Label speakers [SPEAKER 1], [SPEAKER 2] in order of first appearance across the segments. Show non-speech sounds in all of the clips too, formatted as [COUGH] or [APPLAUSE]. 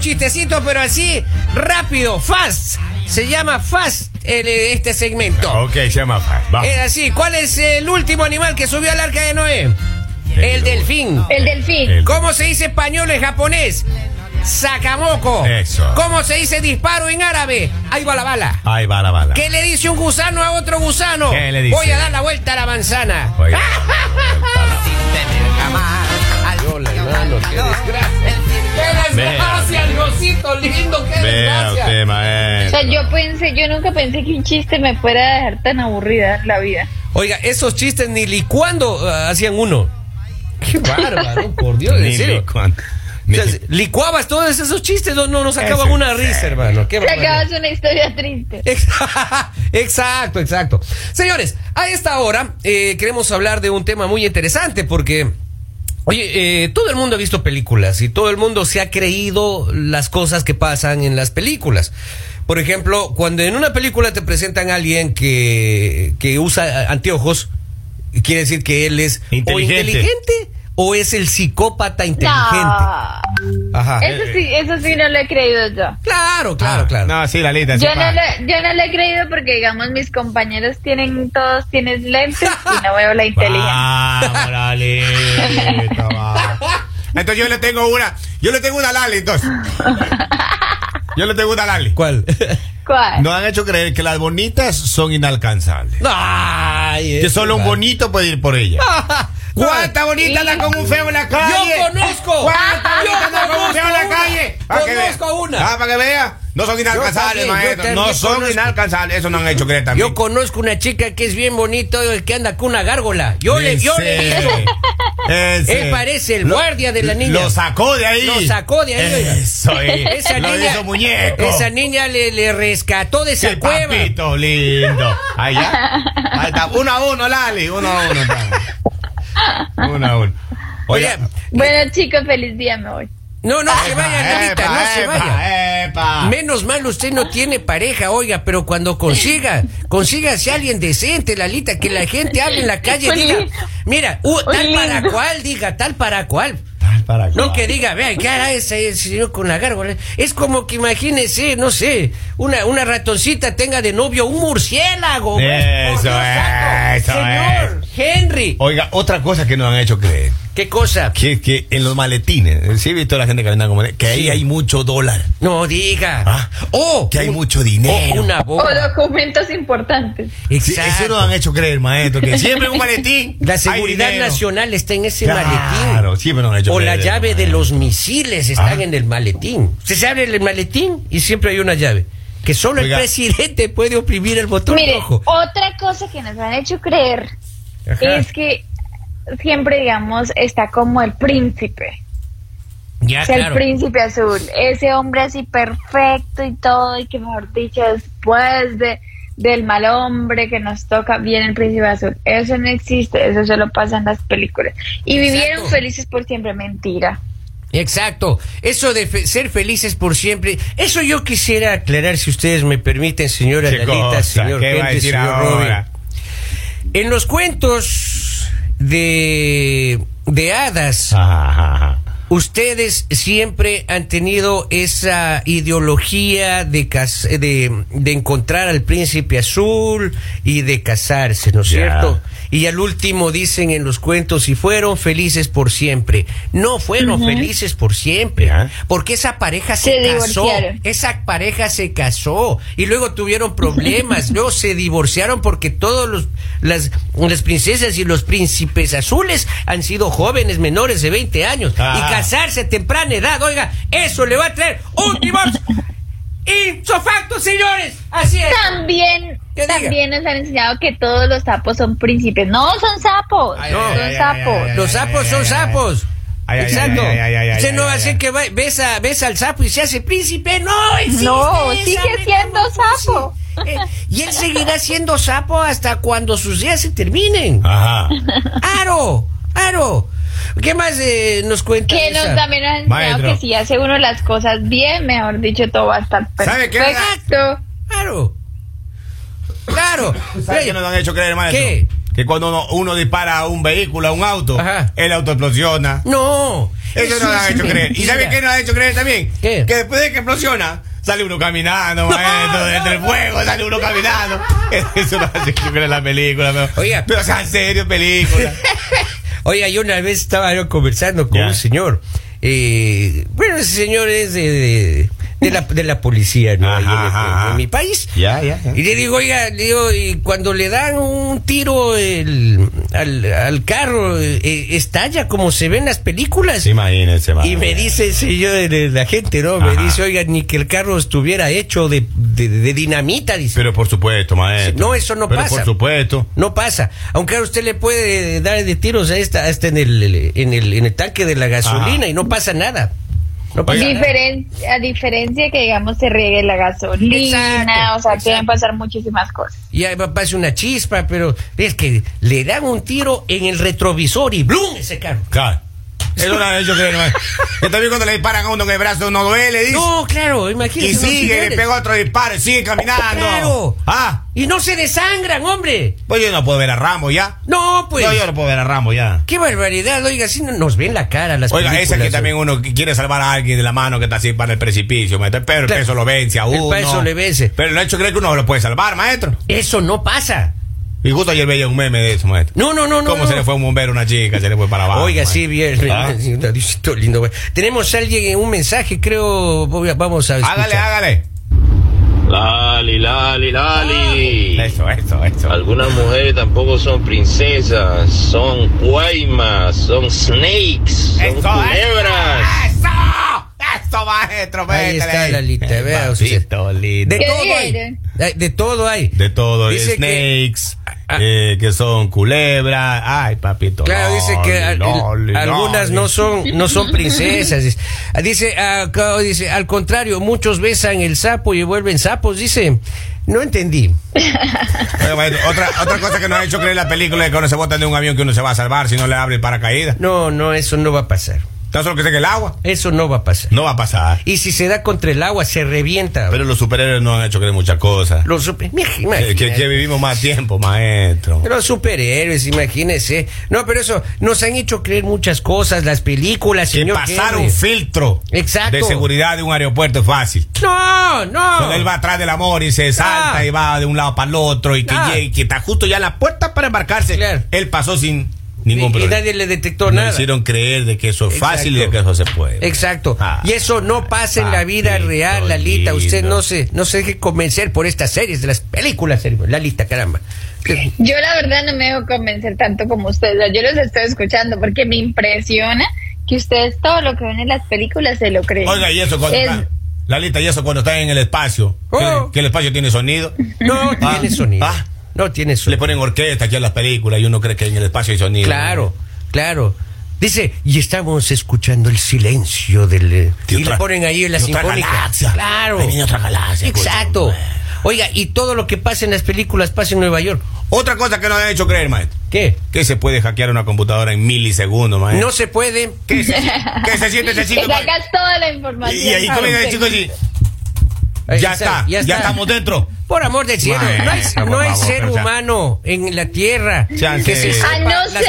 [SPEAKER 1] chistecitos, pero así, rápido, fast. Se llama fast el- este segmento.
[SPEAKER 2] Ok, se llama Fast. Va.
[SPEAKER 1] Es así. ¿Cuál es el último animal que subió al arca de Noé? El delfín.
[SPEAKER 3] El delfín.
[SPEAKER 2] El-
[SPEAKER 1] ¿Cómo se dice español en japonés? Sakamoko.
[SPEAKER 2] Eso.
[SPEAKER 1] ¿Cómo se dice disparo en árabe? Ahí va la bala.
[SPEAKER 2] Ahí va la bala.
[SPEAKER 1] ¿Qué le dice un gusano a otro gusano?
[SPEAKER 2] ¿Qué le dice?
[SPEAKER 1] Voy a dar la vuelta a la manzana.
[SPEAKER 2] Oiga.
[SPEAKER 1] Ah, ¡Qué
[SPEAKER 2] desgracia,
[SPEAKER 1] Diosito lindo! ¡Qué
[SPEAKER 2] Vea usted,
[SPEAKER 3] O
[SPEAKER 2] maestro.
[SPEAKER 3] sea, yo pensé, yo nunca pensé que un chiste me fuera a dejar tan aburrida la vida.
[SPEAKER 1] Oiga, esos chistes ni licuando ah, hacían uno. ¡Qué bárbaro! Por Dios,
[SPEAKER 2] Ni
[SPEAKER 1] en serio.
[SPEAKER 2] licuan-
[SPEAKER 1] O
[SPEAKER 2] ni- eh,
[SPEAKER 1] sea, licuabas todos esos chistes, no, no nos sacaban
[SPEAKER 2] Es
[SPEAKER 1] una
[SPEAKER 2] en
[SPEAKER 1] risa,
[SPEAKER 2] serio.
[SPEAKER 1] hermano. Qué
[SPEAKER 3] Te
[SPEAKER 1] barbaridad.
[SPEAKER 3] acabas una historia triste.
[SPEAKER 1] Ex- [LAUGHS] Exacto, exacto. Señores, a esta hora eh, queremos hablar de un tema muy interesante porque, oye, eh, todo el mundo ha visto películas y todo el mundo se ha creído las cosas que pasan en las películas. Por ejemplo, cuando en una película te presentan a alguien que, que usa eh, anteojos, quiere decir que él es
[SPEAKER 2] Inteligente.
[SPEAKER 1] o inteligente o es el psicópata inteligente. Ah.
[SPEAKER 3] No.
[SPEAKER 1] Ajá.
[SPEAKER 3] Eso sí, eso sí no lo he creído yo.
[SPEAKER 1] Claro, claro,
[SPEAKER 2] Ah,
[SPEAKER 1] claro.
[SPEAKER 2] No, sí, la lista.
[SPEAKER 3] Yo no, le, yo no le he creído porque, digamos, mis compañeros tienen, todos tienen lentes y no
[SPEAKER 1] [LAUGHS]
[SPEAKER 3] veo la
[SPEAKER 1] Ah.
[SPEAKER 3] inteligencia.
[SPEAKER 2] Vamos, la lista,
[SPEAKER 1] [LAUGHS]
[SPEAKER 2] va. Entonces yo le tengo una, yo le tengo una Lali, entonces. Yo le tengo una Lali.
[SPEAKER 1] ¿Cuál? [LAUGHS]
[SPEAKER 3] ¿Cuál?
[SPEAKER 2] Nos han hecho creer que las bonitas son inalcanzables.
[SPEAKER 1] Ay,
[SPEAKER 2] Que
[SPEAKER 1] es
[SPEAKER 2] solo un
[SPEAKER 1] verdad.
[SPEAKER 2] bonito puede ir por [LAUGHS] ella.
[SPEAKER 1] ¿Cuánta
[SPEAKER 2] bonita anda con un feo en la
[SPEAKER 1] Ah, Yo conozco.
[SPEAKER 2] ¿Cuánta bonita
[SPEAKER 1] Yo
[SPEAKER 2] anda con un feo en la
[SPEAKER 1] conozco
[SPEAKER 2] calle?
[SPEAKER 1] una.
[SPEAKER 2] Pa' que vea.
[SPEAKER 1] Conozco una.
[SPEAKER 2] Ah, para que vea. No son
[SPEAKER 1] también,
[SPEAKER 2] inalcanzables,
[SPEAKER 1] yo
[SPEAKER 2] maestro.
[SPEAKER 1] también
[SPEAKER 2] No son
[SPEAKER 1] conozco.
[SPEAKER 2] inalcanzables. Eso nos han hecho creer también.
[SPEAKER 1] Yo conozco una chica que es bien bonito que anda con una gárgola. Yo le, yo le he dicho. Él parece el guardia de la niña.
[SPEAKER 2] Lo sacó de ahí.
[SPEAKER 1] Lo sacó de ahí, oiga.
[SPEAKER 2] Eso es.
[SPEAKER 1] Esa
[SPEAKER 2] lo
[SPEAKER 1] niña,
[SPEAKER 2] hizo muñeco.
[SPEAKER 1] esa niña le, le rescató de esa
[SPEAKER 2] Qué
[SPEAKER 1] cueva.
[SPEAKER 2] papito lindo.
[SPEAKER 1] [LAUGHS]
[SPEAKER 2] Allá. Ahí está. Uno a uno, Lali. Uno a uno. está. Uno a uno.
[SPEAKER 1] Oye,
[SPEAKER 2] Oiga.
[SPEAKER 3] Bueno, chicos, feliz día, me voy.
[SPEAKER 1] no, no se
[SPEAKER 2] Epa,
[SPEAKER 1] vaya, Lalita, no
[SPEAKER 2] epa,
[SPEAKER 1] se
[SPEAKER 2] epa,
[SPEAKER 1] vaya.
[SPEAKER 2] epa.
[SPEAKER 1] Menos mal usted no tiene pareja, oiga, pero cuando
[SPEAKER 2] [LAUGHS]
[SPEAKER 1] consiga, consígase a alguien decente, Lalita, que la gente hable en
[SPEAKER 2] [LAUGHS]
[SPEAKER 1] la calle
[SPEAKER 3] Un
[SPEAKER 1] y diga,
[SPEAKER 3] lindo.
[SPEAKER 1] mira, uh,
[SPEAKER 3] Un
[SPEAKER 1] tal para
[SPEAKER 3] lindo.
[SPEAKER 1] cual, diga, tal para cual.
[SPEAKER 2] Tal para
[SPEAKER 1] No
[SPEAKER 2] cual.
[SPEAKER 1] que diga, vea, ¿qué hará ese señor con la gárgola? Es como que imagínese, no sé, una, una ratoncita tenga de novio un murciélago. güey. Por Dios
[SPEAKER 2] Eso
[SPEAKER 1] santo.
[SPEAKER 2] es, Oh. eso
[SPEAKER 1] Señor, Henry.
[SPEAKER 2] Oiga, otra cosa que nos han hecho creer.
[SPEAKER 1] ¿Qué cosa?
[SPEAKER 2] Que, que en los maletines, sí he visto a la gente que anda como que ahí hay mucho dólar,
[SPEAKER 1] No diga.
[SPEAKER 2] Ah,
[SPEAKER 1] Oh,
[SPEAKER 2] que hay
[SPEAKER 1] un-
[SPEAKER 2] mucho dinero.
[SPEAKER 1] oh, una
[SPEAKER 3] O
[SPEAKER 1] boda.
[SPEAKER 3] documentos importantes.
[SPEAKER 2] Sí, eso nos han hecho creer, maestro, que siempre en un maletín.
[SPEAKER 1] [LAUGHS] La
[SPEAKER 2] hay
[SPEAKER 1] seguridad
[SPEAKER 2] dinero.
[SPEAKER 1] nacional está en ese
[SPEAKER 2] Claro,
[SPEAKER 1] maletín.
[SPEAKER 2] siempre nos han hecho
[SPEAKER 1] o la
[SPEAKER 2] creer eso,
[SPEAKER 1] llave de
[SPEAKER 2] maestro.
[SPEAKER 1] los misiles están
[SPEAKER 2] Ah.
[SPEAKER 1] en el maletín. Usted se abre el maletín y siempre hay una llave. Que solo
[SPEAKER 2] Oiga.
[SPEAKER 1] el presidente puede oprimir el botón
[SPEAKER 3] Mire,
[SPEAKER 1] rojo.
[SPEAKER 3] otra cosa que nos han hecho creer
[SPEAKER 1] Ajá.
[SPEAKER 3] es que siempre, digamos, está como el príncipe.
[SPEAKER 1] Ya,
[SPEAKER 2] Ah,
[SPEAKER 3] O sea,
[SPEAKER 1] claro.
[SPEAKER 3] el príncipe azul, ese hombre así perfecto y todo, y que mejor dicho, después de, del mal hombre que nos toca, viene el príncipe azul. Eso no existe, eso solo pasa en las películas. Y
[SPEAKER 1] Exacto.
[SPEAKER 3] vivieron felices por siempre, mentira.
[SPEAKER 1] Exacto. Eso de fe- ser felices por siempre. Eso yo quisiera aclarar, si ustedes me permiten, señora
[SPEAKER 2] Qué
[SPEAKER 1] Lalita,
[SPEAKER 2] cosa,
[SPEAKER 1] señor
[SPEAKER 2] ¿qué va a
[SPEAKER 1] Henry,
[SPEAKER 2] decir
[SPEAKER 1] señor
[SPEAKER 2] ahora?
[SPEAKER 1] Robin. En los cuentos de, de hadas.
[SPEAKER 2] Ajá, ajá, ajá.
[SPEAKER 1] Ustedes siempre han tenido esa ideología de, cas- de, de encontrar al príncipe azul y de casarse, ¿no es
[SPEAKER 2] Ya.
[SPEAKER 1] cierto? Y al último dicen en los cuentos, y fueron felices por siempre. No fueron felices por siempre,
[SPEAKER 2] Ya.
[SPEAKER 1] porque esa pareja se,
[SPEAKER 3] Se
[SPEAKER 1] casó.
[SPEAKER 3] divorciaron.
[SPEAKER 1] Esa pareja se casó y luego tuvieron problemas, luego se divorciaron porque todos los las, las princesas y los príncipes azules han sido jóvenes menores de 20 años
[SPEAKER 2] Ah.
[SPEAKER 1] y casarse a temprana edad, oiga, eso le va a traer un divorcio. Insofacto, señores. Así es.
[SPEAKER 3] También,
[SPEAKER 1] ¿Qué diga?
[SPEAKER 3] también nos han enseñado que todos los sapos son príncipes. No, son sapos,
[SPEAKER 2] Ay,
[SPEAKER 1] No.
[SPEAKER 3] son
[SPEAKER 2] ay, ay, ay,
[SPEAKER 3] sapos.
[SPEAKER 2] ay, ay,
[SPEAKER 1] Los sapos
[SPEAKER 2] ay,
[SPEAKER 1] son
[SPEAKER 2] ay, ay.
[SPEAKER 1] sapos.
[SPEAKER 2] Ay, ay,
[SPEAKER 1] Exacto.
[SPEAKER 2] ay, ay, ay, ay,
[SPEAKER 1] Usted
[SPEAKER 2] ay,
[SPEAKER 1] no va a
[SPEAKER 2] ay,
[SPEAKER 1] ser
[SPEAKER 2] ay.
[SPEAKER 1] que va- besa, besa al sapo y se hace príncipe. No, existe
[SPEAKER 3] No,
[SPEAKER 1] esa
[SPEAKER 3] sigue
[SPEAKER 1] metamorfosis.
[SPEAKER 3] siendo sapo.
[SPEAKER 1] Eh, y él seguirá siendo sapo hasta cuando sus días se terminen. [LAUGHS]
[SPEAKER 2] Ajá. Ah.
[SPEAKER 1] ¡Aro! ¡Aro! ¿Qué más eh, nos cuenta?
[SPEAKER 3] Que
[SPEAKER 1] esa?
[SPEAKER 3] nos, también nos han enseñado
[SPEAKER 2] Maestro.
[SPEAKER 3] que si hace uno las cosas bien, mejor dicho, todo va a estar
[SPEAKER 2] ¿Sabe qué?
[SPEAKER 3] perfecto.
[SPEAKER 1] ¡Aro! ¡Claro!
[SPEAKER 2] ¿Sabe qué nos han hecho creer, maestro?
[SPEAKER 1] ¿Qué?
[SPEAKER 2] que cuando uno, uno dispara a un vehículo, a un auto,
[SPEAKER 1] Ajá.
[SPEAKER 2] el auto explosiona.
[SPEAKER 1] No.
[SPEAKER 2] Eso, no lo
[SPEAKER 1] es
[SPEAKER 2] han hecho creer. ¿Y
[SPEAKER 1] mentira.
[SPEAKER 2] sabe qué nos ha hecho creer también?
[SPEAKER 1] ¿Qué?
[SPEAKER 2] Que después de que explosiona, sale uno caminando, [LAUGHS] maestro, desde el fuego, sale uno [LAUGHS] caminando. Eso nos hace creer la película. Pero,
[SPEAKER 1] Oiga.
[SPEAKER 2] pero o sea, en serio, película.
[SPEAKER 1] Oiga, yo una vez estaba yo conversando con
[SPEAKER 2] Ya.
[SPEAKER 1] un señor. eh, bueno, ese señor es de, de- de la, de la policía, ¿no?
[SPEAKER 2] Ajá,
[SPEAKER 1] Ahí en, este-
[SPEAKER 2] ajá, ajá.
[SPEAKER 1] en mi país.
[SPEAKER 2] [LAUGHS] Ya, ya, ya.
[SPEAKER 1] Y le digo, oiga, le digo, y cuando le dan un tiro el- al, al carro, eh, estalla como se ve en las películas.
[SPEAKER 2] Imagínense,
[SPEAKER 1] Y me dice el señor de- de la gente, ¿no? Me
[SPEAKER 2] Ajá.
[SPEAKER 1] dice, oiga, ni que el carro estuviera hecho de, de- de dinamita, dice.
[SPEAKER 2] Pero por supuesto, maestro.
[SPEAKER 1] No, eso no
[SPEAKER 2] Pero
[SPEAKER 1] pasa.
[SPEAKER 2] Por supuesto.
[SPEAKER 1] No pasa. Aunque ahora usted le puede dar de tiros a esta, hasta en el, en el, en el tanque de la gasolina
[SPEAKER 2] Ajá.
[SPEAKER 1] y no pasa nada. No pasa nada.
[SPEAKER 3] Diferen- a diferencia que, digamos, se riegue la gasolina,
[SPEAKER 1] Exacto,
[SPEAKER 3] o sea,
[SPEAKER 1] exacto.
[SPEAKER 3] pueden pasar muchísimas cosas.
[SPEAKER 1] Y ahí va- pasa una chispa, pero es que le dan un tiro en el retrovisor y ¡blum! ese carro.
[SPEAKER 2] Claro. Eso lo han hecho creer, maestro. Que también cuando le disparan a uno en el brazo, no duele, dice.
[SPEAKER 1] No, claro,
[SPEAKER 2] y
[SPEAKER 1] imagínese. no,
[SPEAKER 2] sigue,
[SPEAKER 1] señores.
[SPEAKER 2] le pega otro disparo y sigue caminando.
[SPEAKER 1] Claro.
[SPEAKER 2] Ah,
[SPEAKER 1] Y no se desangran, hombre.
[SPEAKER 2] pues yo no puedo ver a Ramos ya.
[SPEAKER 1] No, pues.
[SPEAKER 2] No, yo no puedo ver a Ramos ya.
[SPEAKER 1] Qué barbaridad, oiga, si no nos ven la cara las
[SPEAKER 2] Oiga, ese que
[SPEAKER 1] películas,
[SPEAKER 2] también uno que quiere salvar a alguien de la mano que está así para el precipicio, maestro. Pero
[SPEAKER 1] Claro.
[SPEAKER 2] el peso lo vence a
[SPEAKER 1] El
[SPEAKER 2] uno.
[SPEAKER 1] peso le vence.
[SPEAKER 2] Pero el hecho cree que uno lo puede salvar, maestro.
[SPEAKER 1] Eso no pasa.
[SPEAKER 2] Y justo ayer veía un meme de eso, maestro.
[SPEAKER 1] No, no, no, no.
[SPEAKER 2] ¿Cómo
[SPEAKER 1] no.
[SPEAKER 2] se le fue a un bombero a una chica? Se le fue para abajo.
[SPEAKER 1] Oiga, sí, bien.
[SPEAKER 2] maestro. Ah.
[SPEAKER 1] sí, no, Diosito lindo. güey. Tenemos alguien, eh, un mensaje, creo. voy a- Vamos a escuchar.
[SPEAKER 2] Hágale, hágale.
[SPEAKER 4] Lali, Lali, Lali.
[SPEAKER 2] Eso, eso, eso.
[SPEAKER 4] Algunas mujeres tampoco son princesas, son cuaimas, son snakes, son
[SPEAKER 2] Eso,
[SPEAKER 4] culebras.
[SPEAKER 2] Eso, eso, maestro.
[SPEAKER 1] Ahí
[SPEAKER 2] métele
[SPEAKER 1] está la lista, vea usted.
[SPEAKER 2] Papito lindo.
[SPEAKER 1] De
[SPEAKER 3] ¿Qué
[SPEAKER 1] todo hay.
[SPEAKER 3] quieren?
[SPEAKER 1] Ay, De todo hay.
[SPEAKER 2] De todo,
[SPEAKER 1] Dice que-
[SPEAKER 2] snakes,
[SPEAKER 1] Ah.
[SPEAKER 2] eh, que son culebras. Ay, papito.
[SPEAKER 1] Claro, dice que
[SPEAKER 2] loli,
[SPEAKER 1] al-
[SPEAKER 2] loli,
[SPEAKER 1] algunas
[SPEAKER 2] loli.
[SPEAKER 1] no son no son princesas. dice. Ah, Dice, acá dice, al contrario, muchos besan el sapo y vuelven sapos. Dice, no entendí.
[SPEAKER 2] Oye, maestro, otra, otra cosa que nos ha hecho creer la película es que uno se botan de un avión que uno se va a salvar si no le abre el paracaídas.
[SPEAKER 1] No, no, eso no va a pasar.
[SPEAKER 2] Tan solo que sea que el agua
[SPEAKER 1] Eso no va a pasar.
[SPEAKER 2] no va a pasar.
[SPEAKER 1] Y si se da contra el agua, se revienta.
[SPEAKER 2] Pero los superhéroes nos han hecho creer muchas cosas.
[SPEAKER 1] Los super-
[SPEAKER 2] Que, que- que vivimos más tiempo, maestro.
[SPEAKER 1] Los superhéroes, imagínense. No, pero eso, nos han hecho creer muchas cosas, las películas,
[SPEAKER 2] Que
[SPEAKER 1] señor.
[SPEAKER 2] pasar
[SPEAKER 1] Henry.
[SPEAKER 2] un filtro
[SPEAKER 1] Exacto.
[SPEAKER 2] de seguridad de un aeropuerto es fácil.
[SPEAKER 1] No, no.
[SPEAKER 2] Cuando él va atrás del amor y se salta
[SPEAKER 1] Ah.
[SPEAKER 2] y va de un lado para el otro y que
[SPEAKER 1] Ah.
[SPEAKER 2] llegue, que está justo ya en la puerta para embarcarse.
[SPEAKER 1] Claro.
[SPEAKER 2] Él pasó sin
[SPEAKER 1] Y-
[SPEAKER 2] ningún
[SPEAKER 1] y,
[SPEAKER 2] problema.
[SPEAKER 1] nadie le detectó
[SPEAKER 2] Nos
[SPEAKER 1] nada.
[SPEAKER 2] hicieron creer de que eso es
[SPEAKER 1] Exacto.
[SPEAKER 2] fácil y de que eso se puede.
[SPEAKER 1] Exacto.
[SPEAKER 2] Ah.
[SPEAKER 1] y eso no pasa en la vida
[SPEAKER 2] Papito
[SPEAKER 1] real, Lalita. Usted
[SPEAKER 2] lindo.
[SPEAKER 1] no se, no se deje convencer por estas series, de las películas, serio, Lalita, caramba.
[SPEAKER 3] Yo la verdad no me dejo convencer tanto como ustedes. O sea, Yo los estoy escuchando porque me impresiona que ustedes todo lo que ven en las películas se lo creen.
[SPEAKER 2] Oiga, y eso cuando
[SPEAKER 3] Es-
[SPEAKER 2] está- Lalita, y eso cuando está en el espacio. que-
[SPEAKER 1] Oh.
[SPEAKER 2] Que, el espacio tiene sonido.
[SPEAKER 1] No
[SPEAKER 2] Ah.
[SPEAKER 1] tiene sonido.
[SPEAKER 2] Ah.
[SPEAKER 1] No tiene sonido.
[SPEAKER 2] Le ponen orquesta aquí a las películas y uno cree que en el espacio hay sonido.
[SPEAKER 1] Claro, claro. Dice, y estamos escuchando el silencio del... eh,
[SPEAKER 2] De
[SPEAKER 1] y
[SPEAKER 2] otra-
[SPEAKER 1] le ponen ahí la
[SPEAKER 2] de otra
[SPEAKER 1] sinfónica.
[SPEAKER 2] galaxia.
[SPEAKER 1] Claro.
[SPEAKER 2] Ahí viene otra galaxia,
[SPEAKER 1] Exacto.
[SPEAKER 2] escucha.
[SPEAKER 1] Oiga, y todo lo que pasa en las películas pasa en Nueva York.
[SPEAKER 2] Otra cosa que nos han hecho creer, maestro.
[SPEAKER 1] ¿Qué?
[SPEAKER 2] Que se puede hackear una computadora en milisegundos, maestro.
[SPEAKER 1] No se puede.
[SPEAKER 2] [LAUGHS]
[SPEAKER 1] Eh,
[SPEAKER 2] que se, que se siente
[SPEAKER 1] [LAUGHS]
[SPEAKER 2] ese chico.
[SPEAKER 3] que sacas toda la
[SPEAKER 2] Y,
[SPEAKER 3] información. Ah,
[SPEAKER 2] y ahí comienza el chico así.
[SPEAKER 1] Eh,
[SPEAKER 2] Ya
[SPEAKER 1] o sea,
[SPEAKER 2] está, ya, estamos dentro.
[SPEAKER 1] Por amor del cielo,
[SPEAKER 2] Maestro,
[SPEAKER 1] no hay,
[SPEAKER 2] por
[SPEAKER 1] no hay
[SPEAKER 2] favor,
[SPEAKER 1] ser
[SPEAKER 2] pero ya.
[SPEAKER 1] humano en la tierra
[SPEAKER 2] Chance.
[SPEAKER 1] que se
[SPEAKER 2] A
[SPEAKER 3] A
[SPEAKER 1] sepa
[SPEAKER 3] no
[SPEAKER 1] las
[SPEAKER 3] ser, a no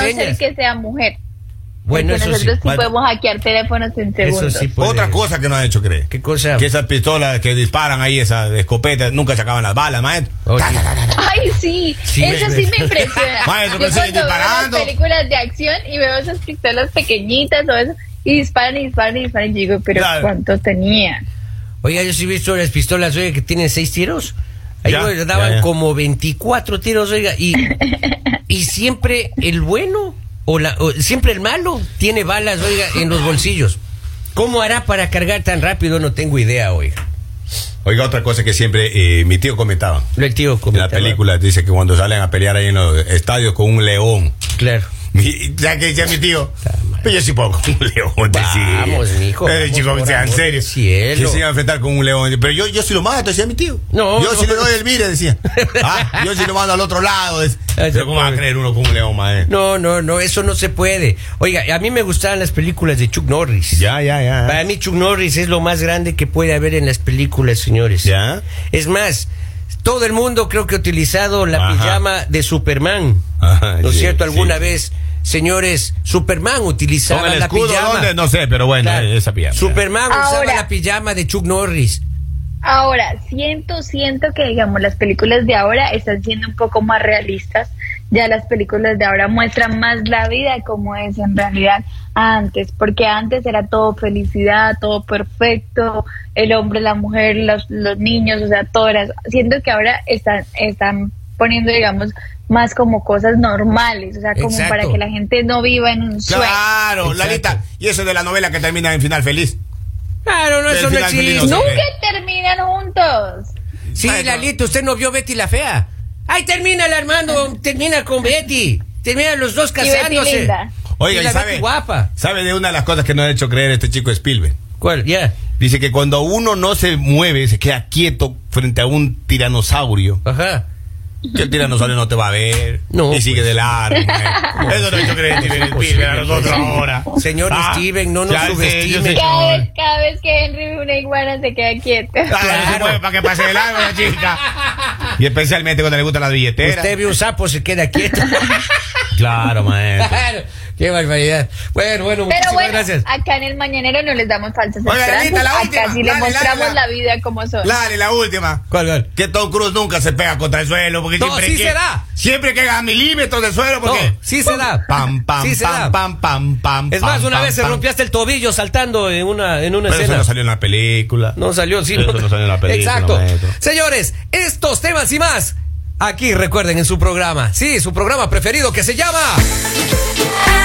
[SPEAKER 3] ser
[SPEAKER 1] contraseñas.
[SPEAKER 3] que sea mujer.
[SPEAKER 1] Bueno,
[SPEAKER 3] porque
[SPEAKER 1] eso sí.
[SPEAKER 3] nosotros sí,
[SPEAKER 2] Bueno.
[SPEAKER 3] podemos hackear teléfonos en
[SPEAKER 1] Eso
[SPEAKER 3] segundos.
[SPEAKER 1] sí puede.
[SPEAKER 2] Otra cosa que nos han hecho creer.
[SPEAKER 1] ¿Qué cosa?
[SPEAKER 2] Que esas pistolas que disparan ahí, esas escopetas, nunca se acaban las balas, maestro.
[SPEAKER 1] Oye.
[SPEAKER 3] Ay, sí,
[SPEAKER 1] Sí,
[SPEAKER 3] eso
[SPEAKER 1] me-
[SPEAKER 3] sí me
[SPEAKER 2] [LAUGHS]
[SPEAKER 3] impresiona.
[SPEAKER 2] Maestro,
[SPEAKER 3] Yo
[SPEAKER 2] pero siguen
[SPEAKER 3] cuando veo las
[SPEAKER 2] disparando.
[SPEAKER 3] películas de acción y veo esas pistolas pequeñitas o eso, y disparan y disparan y disparan, y yo digo, pero
[SPEAKER 2] Claro.
[SPEAKER 3] ¿cuánto tenía?
[SPEAKER 1] Oiga, yo sí he visto las pistolas, oiga, que tienen seis tiros. Ahí
[SPEAKER 2] Ya,
[SPEAKER 1] güey, daban
[SPEAKER 2] ya, ya.
[SPEAKER 1] como 24 tiros, oiga, y, y siempre el bueno o, la, o siempre el malo tiene balas, oiga, en los bolsillos. ¿Cómo hará para cargar tan rápido? No tengo idea, oiga.
[SPEAKER 2] Oiga, otra cosa que siempre eh, mi tío comentaba.
[SPEAKER 1] El tío
[SPEAKER 2] En la
[SPEAKER 1] comentaba.
[SPEAKER 2] película dice que cuando salen a pelear ahí en los estadios con un león.
[SPEAKER 1] Claro.
[SPEAKER 2] Mi- Ya que decía mi tío, pero yo sí puedo con [LAUGHS] un león. decía.
[SPEAKER 1] Vamos, mijo,
[SPEAKER 2] Eh,
[SPEAKER 1] vamos,
[SPEAKER 2] chico,
[SPEAKER 1] por
[SPEAKER 2] o sea, en
[SPEAKER 1] amor
[SPEAKER 2] serio.
[SPEAKER 1] del cielo.
[SPEAKER 2] Que se iba a enfrentar con un león. Pero yo, yo sí lo mato, decía mi tío.
[SPEAKER 1] No,
[SPEAKER 2] yo
[SPEAKER 1] no.
[SPEAKER 2] sí le doy el
[SPEAKER 1] [LAUGHS]
[SPEAKER 2] mire, decía. Ah, yo sí lo mando al otro lado. decía.
[SPEAKER 1] Ay,
[SPEAKER 2] Pero ¿cómo va a
[SPEAKER 1] pobre.
[SPEAKER 2] creer uno con un león, maestro?
[SPEAKER 1] No, no, no, eso no se puede. Oiga, a mí me gustaban las películas de Chuck Norris.
[SPEAKER 2] Ya, ya, ya.
[SPEAKER 1] Para mí Chuck Norris es lo más grande que puede haber en las películas, señores.
[SPEAKER 2] Ya.
[SPEAKER 1] Es más, todo el mundo creo que ha utilizado la
[SPEAKER 2] Ajá.
[SPEAKER 1] pijama de Superman.
[SPEAKER 2] Ajá,
[SPEAKER 1] ¿No es
[SPEAKER 2] sí,
[SPEAKER 1] cierto?
[SPEAKER 2] sí.
[SPEAKER 1] Alguna vez, señores, Superman utilizaba
[SPEAKER 2] Con el
[SPEAKER 1] la
[SPEAKER 2] escudo,
[SPEAKER 1] pijama.
[SPEAKER 2] ¿dónde? No sé, pero bueno,
[SPEAKER 1] Claro.
[SPEAKER 2] esa pijama.
[SPEAKER 1] Superman usaba
[SPEAKER 3] Ahora.
[SPEAKER 1] la pijama de Chuck Norris.
[SPEAKER 3] Ahora, siento, siento que, digamos, las películas de ahora están siendo un poco más realistas. Ya las películas de ahora muestran más la vida como es en realidad antes, porque antes era todo felicidad, todo perfecto, el hombre, la mujer, los, los niños, o sea, todas. las- Siento que ahora están, están poniendo, digamos, más como cosas normales, o sea, como
[SPEAKER 1] Exacto.
[SPEAKER 3] para que la gente no viva en un sueño.
[SPEAKER 2] Claro,
[SPEAKER 1] Exacto.
[SPEAKER 2] Lalita. Y eso de la novela que termina en final feliz.
[SPEAKER 1] Claro, no,
[SPEAKER 2] Del
[SPEAKER 1] eso no
[SPEAKER 2] final feliz,
[SPEAKER 1] existe.
[SPEAKER 2] no
[SPEAKER 3] Nunca terminan juntos.
[SPEAKER 1] Sí,
[SPEAKER 2] Ay, no.
[SPEAKER 1] Lalita, usted no vio Betty la Fea. Ahí termina el Armando, termina con Betty. Terminan los dos
[SPEAKER 3] Betty
[SPEAKER 1] casándose.
[SPEAKER 3] linda.
[SPEAKER 1] Y
[SPEAKER 2] Oiga, y,
[SPEAKER 1] la
[SPEAKER 2] sabe,
[SPEAKER 1] Betty guapa.
[SPEAKER 2] sabe de una de las cosas que nos ha hecho creer este chico Spielberg.
[SPEAKER 1] ¿Cuál? Ya.
[SPEAKER 2] Dice que cuando uno no se mueve, se queda quieto frente a un tiranosaurio,
[SPEAKER 1] Ajá.
[SPEAKER 2] que el tiranosaurio no te va a ver
[SPEAKER 1] No,
[SPEAKER 2] y sigue
[SPEAKER 1] pues. [LAUGHS]
[SPEAKER 2] de largo. ¿eh? Eso nos ha hecho creer Steven Spielberg a nosotros ahora. Ah,
[SPEAKER 1] Señor Steven, [LAUGHS] no nos
[SPEAKER 2] ya sé, yo
[SPEAKER 1] subestime.
[SPEAKER 2] sé,
[SPEAKER 3] Cada
[SPEAKER 2] señor.
[SPEAKER 3] vez, cada vez que Henry ve una iguana se queda quieto.
[SPEAKER 1] [LAUGHS]
[SPEAKER 2] Ah, no se
[SPEAKER 1] Claro.
[SPEAKER 2] mueve para que pase de largo la chica. Y especialmente cuando le gustan las billeteras.
[SPEAKER 1] Usted vio un sapo, se queda
[SPEAKER 2] [LAUGHS]
[SPEAKER 1] quieto.
[SPEAKER 2] Claro, maestro.
[SPEAKER 1] claro. [LAUGHS] Qué barbaridad. Bueno, bueno,
[SPEAKER 3] Pero
[SPEAKER 1] muchísimas
[SPEAKER 3] bueno,
[SPEAKER 1] gracias.
[SPEAKER 3] acá en el mañanero no les damos falsas
[SPEAKER 2] Oiga, Anita,
[SPEAKER 3] esperanzas.
[SPEAKER 2] la última.
[SPEAKER 3] Acá sí les
[SPEAKER 2] Dale, dale, dale.
[SPEAKER 3] mostramos la vida como son.
[SPEAKER 2] Lale, la última.
[SPEAKER 1] ¿Cuál, cuál?
[SPEAKER 2] Que Tom Cruise nunca se pega contra el suelo. Porque
[SPEAKER 1] No,
[SPEAKER 2] siempre
[SPEAKER 1] sí
[SPEAKER 2] que,
[SPEAKER 1] se da.
[SPEAKER 2] Siempre queda a milímetros del suelo. Porque.
[SPEAKER 1] No, sí se da.
[SPEAKER 2] Pam, pam,
[SPEAKER 1] Sí se
[SPEAKER 2] pam,
[SPEAKER 1] da.
[SPEAKER 2] pam, pam, pam.
[SPEAKER 1] Es más,
[SPEAKER 2] pam,
[SPEAKER 1] una
[SPEAKER 2] pam,
[SPEAKER 1] vez se
[SPEAKER 2] pam.
[SPEAKER 1] rompiaste el tobillo saltando en una, en una
[SPEAKER 2] Pero eso
[SPEAKER 1] escena.
[SPEAKER 2] no salió en la película.
[SPEAKER 1] No salió, sí.
[SPEAKER 2] Pero eso no salió en la película,
[SPEAKER 1] Exacto.
[SPEAKER 2] maestro.
[SPEAKER 1] Señores, estos temas y más, aquí recuerden en su programa. Sí, su programa preferido que se llama.
[SPEAKER 5] El